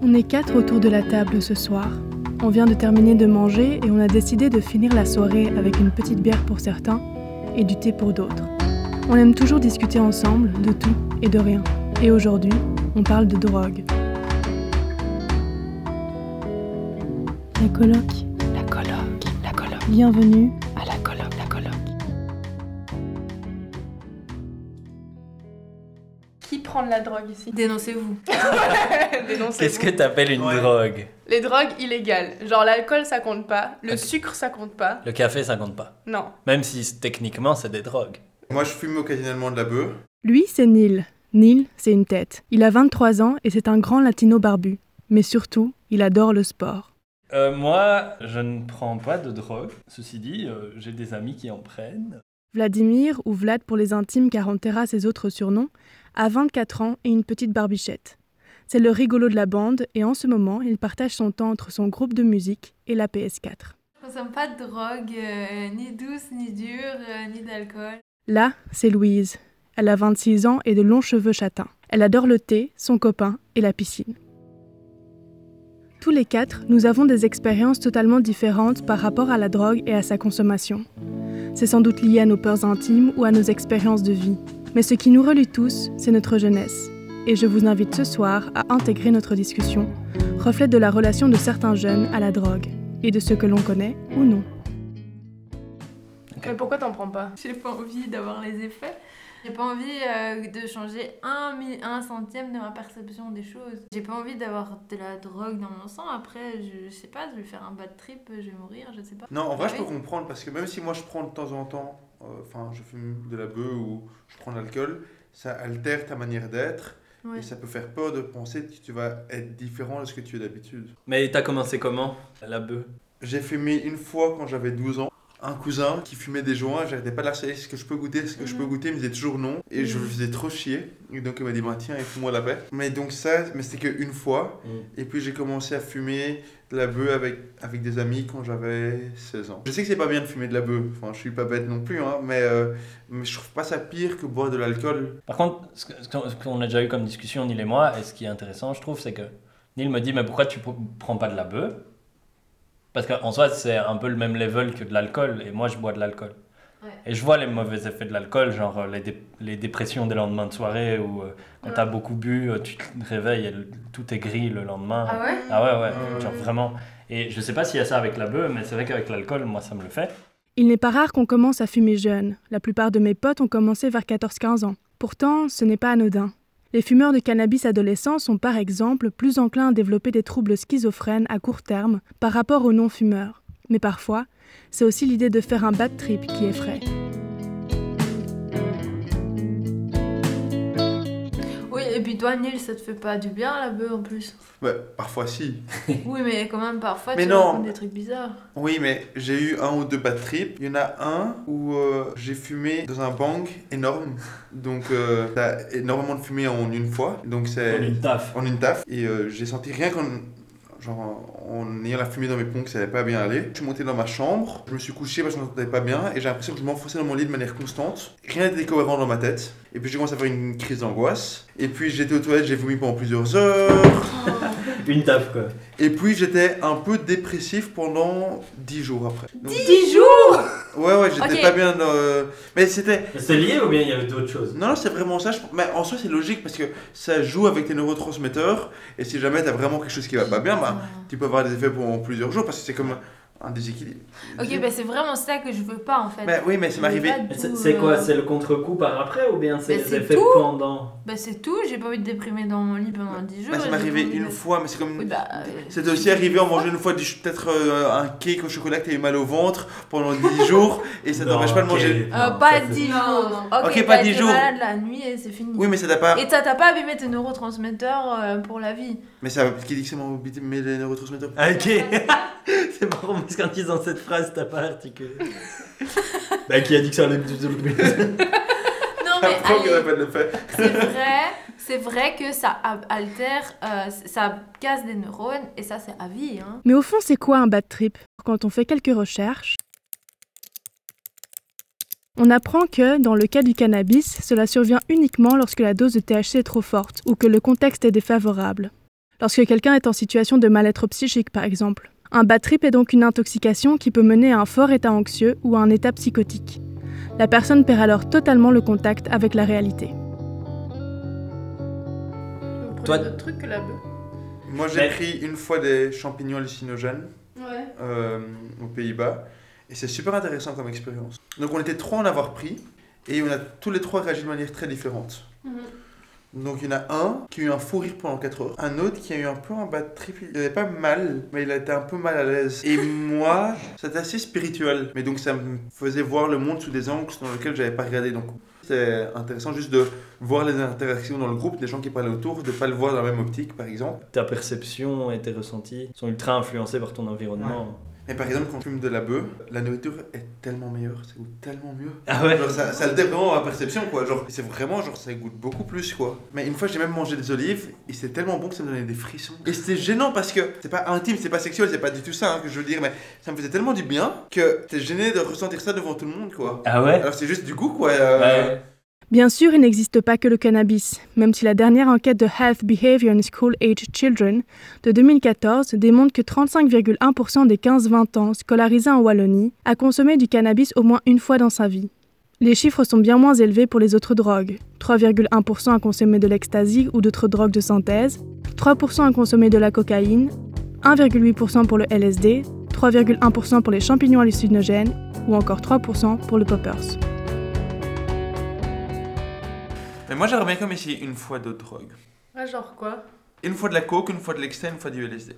On est quatre autour de la table ce soir. On vient de terminer de manger et on a décidé de finir la soirée avec une petite bière pour certains et du thé pour d'autres. On aime toujours discuter ensemble de tout et de rien. Et aujourd'hui, on parle de drogue. La coloc, La colloque, la colloque, bienvenue. à la colloque, la colloque. Qui prend de la drogue ici Dénoncez-vous. Qu'est-ce que t'appelles une drogue Les drogues illégales. Genre l'alcool ça compte pas, le Ok. sucre ça compte pas. Le café, ça compte pas. Non. Même si c- techniquement, c'est des drogues. Moi, je fume occasionnellement de la bœuf. Lui, c'est Neil. Neil, c'est une tête. Il a 23 ans et c'est un grand latino barbu. Mais surtout, il adore le sport. Euh, moi, je ne prends pas de drogue. Ceci dit, euh, j'ai des amis qui en prennent. Vladimir, ou Vlad pour les intimes car on terra ses autres surnoms, a 24 ans et une petite barbichette. C'est le rigolo de la bande et en ce moment, il partage son temps entre son groupe de musique et la PS4. Je consomme pas de drogue, euh, ni douce, ni dure, euh, ni d'alcool. Là, c'est Louise. Elle a 26 ans et de longs cheveux châtains. Elle adore le thé, son copain et la piscine. Tous les quatre, nous avons des expériences totalement différentes par rapport à la drogue et à sa consommation. C'est sans doute lié à nos peurs intimes ou à nos expériences de vie. Mais ce qui nous relie tous, c'est notre jeunesse. Et je vous invite ce soir à intégrer notre discussion, reflet de la relation de certains jeunes à la drogue, et de ce que l'on connaît ou non. Mais pourquoi t'en prends pas J'ai pas envie d'avoir les effets. J'ai pas envie euh, de changer un, mi- un centième de ma perception des choses. J'ai pas envie d'avoir de la drogue dans mon sang. Après, je, je sais pas, je vais faire un bad trip, je vais mourir, je sais pas. Ah Non, en vrai, je Oui. peux comprendre parce que même si moi je prends de temps en temps, euh, enfin, je fume de la bœuf ou je prends de l'alcool, ça altère ta manière d'être Ouais. et ça peut faire peur de penser que tu vas être différent de ce que tu es d'habitude. Mais t'as commencé comment La bœuf. J'ai fumé une fois quand j'avais 12 ans. Un cousin qui fumait des joints, j'arrêtais pas de la Est-ce que je peux goûter Est-ce que je peux Mhm. goûter Il me disait toujours non. Et je Mhm. le faisais trop chier. Et donc il m'a dit, bah, tiens, et fous-moi la paix. Mais donc ça, mais c'était qu'une fois. Mhm. Et puis j'ai commencé à fumer de la bœuf avec, avec des amis quand j'avais 16 ans. Je sais que c'est pas bien de fumer de la bœuf. Enfin, je suis pas bête non plus, hein, mais, euh, mais je trouve pas ça pire que boire de l'alcool. Par contre, ce que- ce qu'on ce qu'on a déjà eu comme discussion, Neil et moi, et ce qui est intéressant, je trouve, c'est que Neil me dit Mais pourquoi tu pr- prends pas de la bœuf Parce qu'en soi, c'est un peu le même level que de l'alcool, et moi, je bois de l'alcool. Ouais. Et je vois les mauvais effets de l'alcool, genre euh, les, dé- les dépressions des lendemains de soirée, ou euh, quand Ouais. t'as beaucoup bu, euh, tu te réveilles et le- tout est gris le lendemain. Ah ouais Ah ouais, ouais, Ah ouais. genre vraiment. Et je sais pas s'il y a ça avec la bœuf, mais c'est vrai qu'avec l'alcool, moi, ça me le fait. Il n'est pas rare qu'on commence à fumer jeune. La plupart de mes potes ont commencé vers 14-15 ans. Pourtant, ce n'est pas anodin. Les fumeurs de cannabis adolescents sont par exemple plus enclins à développer des troubles schizophrènes à court terme par rapport aux non-fumeurs. Mais parfois, c'est aussi l'idée de faire un bad trip qui effraie. Oui, et puis toi, Neil, ça te fait pas du bien la bœuf en plus. Ouais, parfois si. oui, mais quand même, parfois, Mais tu non. racontes des trucs bizarres. Oui, mais j'ai eu un ou deux bad trips. Il y en a un où euh, j'ai fumé dans un bang énorme. Donc, euh, t'as énormément de fumée en une fois. Donc, c'est Comme une taf. en une taf. Et euh, j'ai senti rien qu'en. Genre, en ayant la fumée dans mes poumons, que ça allait pas bien aller. Je suis monté dans ma chambre, je me suis couché parce que je m'entendais pas bien et j'ai l'impression que je m'enfonçais dans mon lit de manière constante. Rien n'était cohérent dans ma tête. Et puis j'ai commencé à faire une crise d'angoisse. Et puis j'étais aux toilettes, j'ai vomi pendant plusieurs heures. Une taf, quoi. Et puis j'étais un peu dépressif pendant 10 jours après. Donc- 10 jours Ouais, ouais, j'étais Ok. pas bien. euh, Mais c'était. C'est lié ou bien il y avait d'autres choses Non, non, c'est vraiment ça. je- Mais en soi, c'est logique parce que ça joue avec tes neurotransmetteurs. Et si jamais t'as vraiment quelque chose qui va pas bien, Ah. bah, tu peux avoir des effets pendant plusieurs jours parce que c'est comme un déséquilibre. Ok, bah c'est vraiment ça que je veux pas en fait. Bah oui, mais Je ça veux m'est arrivé. pas du tout, euh, le contre-coup par après ou bien c'est Mais les c'est effets tout. pendant Bah c'est tout, j'ai pas envie de déprimer dans mon lit pendant 10 jours. Bah, ça j'ai m'est pas arrivé envie une de- fois, mais c'est Oui, comme. bah, euh, C'était aussi arrivé en mangeant une fois du- peut-être euh, un cake au chocolat que t'as eu mal au ventre pendant 10 jours et ça t'empêche pas de manger. Euh, pas 10 Non, jours. non. Ok, pas t'as 10 été jours. malade la nuit et c'est fini. Oui, mais ça t'a pas. Et ça t'a pas abîmé tes neurotransmetteurs euh, pour la vie. Mais ça qui dit que c'est mon mais les neurotransmetteurs. Ah, Ok C'est marrant parce qu'en disant cette phrase, t'as pas articulé. bah, qui a dit que ça allait me Non mais Après, on allez, pas de le faire. c'est vrai, c'est vrai que ça a- altère, euh, ça casse des neurones et ça c'est à vie. Hein. Mais au fond, c'est quoi un bad trip Quand on fait quelques recherches, on apprend que, dans le cas du cannabis, cela survient uniquement lorsque la dose de THC est trop forte ou que le contexte est défavorable. lorsque quelqu'un est en situation de mal-être psychique, par exemple. Un bad trip est donc une intoxication qui peut mener à un fort état anxieux ou à un état psychotique. La personne perd alors totalement le contact avec la réalité. Vous prenez Toi- d'autres trucs que la bœuf Moi, j'ai Mais- pris une fois des champignons hallucinogènes Ouais. euh, aux Pays-Bas. Et c'est super intéressant comme expérience. Donc, on était trois à en avoir pris. Et on a tous les trois réagi de manière très différente. Donc, il y en a un qui a eu un fou rire pendant 4 heures. Un autre qui a eu un peu un bad trip. Il n'avait pas mal, mais il a été un peu mal à l'aise. Et moi, c'était assez spirituel. Mais donc, ça me faisait voir le monde sous des angles dans lesquels j'avais pas regardé. Donc, c'est intéressant juste de voir les interactions dans le groupe, des gens qui parlaient autour, de pas le voir dans la même optique, par exemple. Ta perception et tes ressentis sont ultra influencés par ton environnement. Mais par exemple, quand on fume de la bœuf, la nourriture est tellement meilleure, ça goûte tellement mieux. Ah ouais Genre, ça, ça altère vraiment ma perception, quoi. Genre, c'est vraiment, genre, ça goûte beaucoup plus, quoi. Mais une fois, j'ai même mangé des olives, et c'était tellement bon que ça me donnait des frissons. Et c'était gênant parce que c'est pas intime, c'est pas sexuel, c'est pas du tout ça hein, que je veux dire, mais ça me faisait tellement du bien que t'es gêné de ressentir ça devant tout le monde, quoi. Ah ouais Alors, c'est juste du goût, quoi. euh, Ouais. Bien sûr, il n'existe pas que le cannabis, même si la dernière enquête de Health Behavior in School Age Children de 2014 démontre que 35,1% des 15-20 ans scolarisés en Wallonie a consommé du cannabis au moins une fois dans sa vie. Les chiffres sont bien moins élevés pour les autres drogues. 3,1% a consommé de l'ecstasy ou d'autres drogues de synthèse, 3% a consommé de la cocaïne, 1,8% pour le LSD, 3,1% pour les champignons hallucinogènes ou encore 3% pour le poppers. Mais moi, j'aimerais bien comme ici une fois d'autres drogues. Ah, genre quoi Une fois de la coke, une fois de l'extra, une fois du LSD.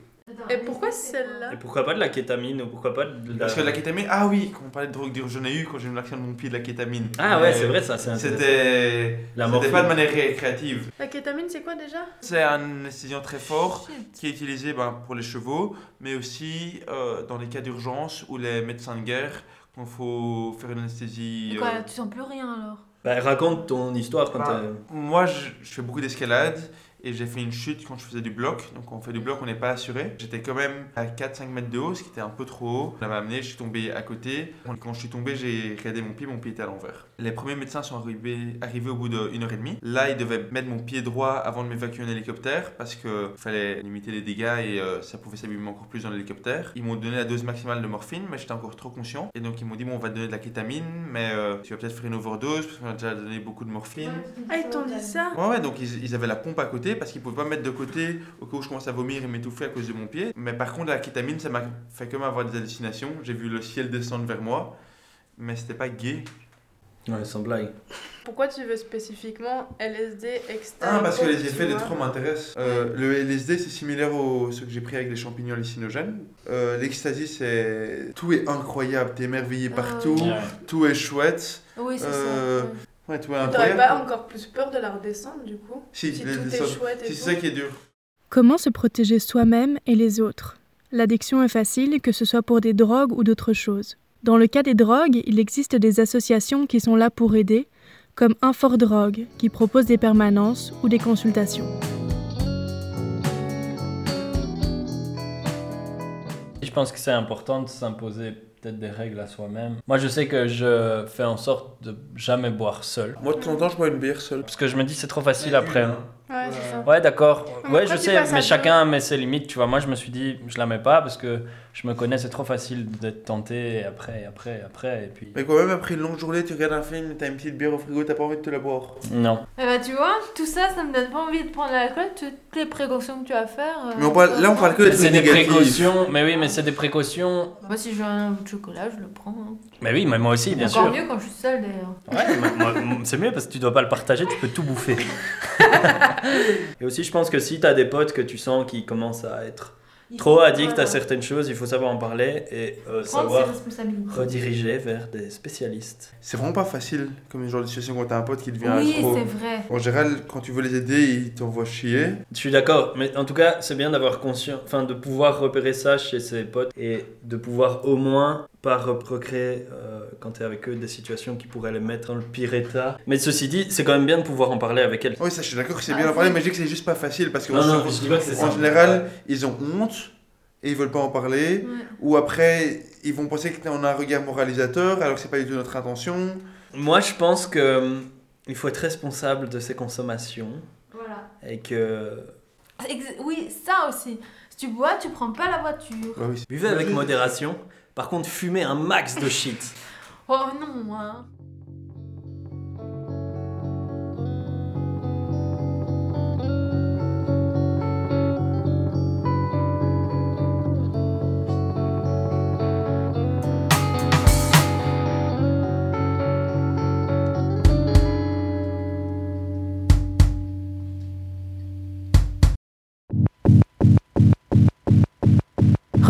Et pourquoi celle-là Et pourquoi pas de la kétamine ou pourquoi pas de la... Parce que la kétamine, ah oui, quand on parlait de drogue dure, j'en ai eu quand j'ai eu l'action de mon pied de la kétamine. Ah ouais, Mais c'est vrai ça, c'est intéressant. C'était. La C'était pas de morphine. manière récréative. La kétamine, c'est quoi déjà C'est un anesthésiant très fort Shit. qui est utilisé ben, pour les chevaux, mais aussi euh, dans les cas d'urgence où les médecins de guerre, quand il faut faire une anesthésie. Et quoi, euh, tu sens plus rien alors Bah, raconte ton histoire quand Ah. t'as... Moi, je, je fais beaucoup d'escalade et j'ai fait une chute quand je faisais du bloc. Donc, quand on fait du bloc, on n'est pas assuré. J'étais quand même à 4-5 mètres de haut, ce qui était un peu trop haut. On m'a amené, je suis tombé à côté. Quand je suis tombé, j'ai regardé mon pied, mon pied était à l'envers. Les premiers médecins sont arrivés, arrivés au bout d'une heure et demie. Là, ils devaient mettre mon pied droit avant de m'évacuer en hélicoptère parce qu'il fallait limiter les dégâts et euh, ça pouvait s'abîmer encore plus dans l'hélicoptère. Ils m'ont donné la dose maximale de morphine, mais j'étais encore trop conscient. Et donc, ils m'ont dit, bon, on va te donner de la kétamine, mais euh, tu vas peut-être faire une overdose parce qu'on a déjà donné beaucoup de morphine. Ah, ils t'ont dit ça Ouais, ouais, donc ils, ils avaient la pompe à côté parce qu'ils pouvaient pas me mettre de côté au cas où je commence à vomir et m'étouffer à cause de mon pied. Mais par contre, la kétamine, ça m'a fait comme avoir des hallucinations. J'ai vu le ciel descendre vers moi, mais c'était pas gay. Ouais, sans blague. Pourquoi tu veux spécifiquement LSD, extra Ah, parce que les effets des trois m'intéressent. Euh, le LSD, c'est similaire au ce que j'ai pris avec les champignons hallucinogènes. Euh, L'ecstasy, c'est. Tout est incroyable, t'es émerveillé Ah, partout, ouais. tout est chouette. Oui, c'est Euh, ça. ouais. Ouais, tout est T'aurais pas incroyable. encore plus peur de la redescendre du coup Si, Si les- tout les- est chouette et si, tout. c'est ça qui est dur. Comment se protéger soi-même et les autres L'addiction est facile, que ce soit pour des drogues ou d'autres choses. Dans le cas des drogues, il existe des associations qui sont là pour aider, comme Infordrogue, qui propose des permanences ou des consultations. Je pense que c'est important de s'imposer peut-être des règles à soi-même. Moi, je sais que je fais en sorte de jamais boire seul. Moi, de temps en temps, je bois une bière seule. Parce que je me dis c'est trop facile après. hein. hein. Ouais, c'est ça. Ouais, d'accord. Mais Ouais, pourquoi je tu sais, passes à mais deux chacun met ses limites, tu vois. Moi, je me suis dit, je la mets pas parce que je me connais, c'est trop facile d'être tenté et après, et après, et après, et puis. Mais quand même, après une longue journée, tu regardes un film, t'as une petite bière au frigo, t'as pas envie de te la boire. Non. Eh bah, tu vois, tout ça, ça me donne pas envie de prendre l'alcool. Toutes les précautions que tu vas faire. euh, Mais on parle- là, on parle que Mais des C'est trucs des négatifs. précautions. Mais oui, mais c'est des précautions. Moi, si je veux un bout de chocolat, je le prends. hein. Mais oui, mais moi aussi, bien Encore sûr. mieux quand je suis seule d'ailleurs. Ouais, mais moi, moi, c'est mieux parce que tu dois pas le partager, tu peux tout bouffer. Et aussi, je pense que si tu as des potes que tu sens qui commencent à être trop addicts à certaines choses, il faut savoir en parler et euh, euh, Prendre ses savoir responsabilités. rediriger vers des spécialistes. C'est vraiment pas facile comme genre de situation quand t'as un pote qui devient Oui, accro. c'est vrai. En général, quand tu veux les aider, ils t'envoient chier. Je suis d'accord, mais en tout cas, c'est bien d'avoir conscience, enfin de pouvoir repérer ça chez ses potes et de pouvoir au moins pas reprocréer euh, quand tu es avec eux des situations qui pourraient les mettre dans le pire état. Mais ceci dit, c'est quand même bien de pouvoir en parler avec elles. Oui, ça, je suis d'accord que c'est Ah, bien à oui. parler, mais je dis que c'est juste pas facile parce que Non, en- non, je dis pas que c'est en ça. général, ils ont honte et ils veulent pas en parler. Ouais. Ou après, ils vont penser qu'on a un regard moralisateur alors que c'est pas du tout notre intention. Moi, je pense que hum, il faut être responsable de ses consommations Voilà. et que Ex- Oui, ça aussi. Si tu bois, tu prends pas la voiture. Bah oui, c'est- Buvez avec modération. Par contre, fumez un max de shit. Oh non, hein.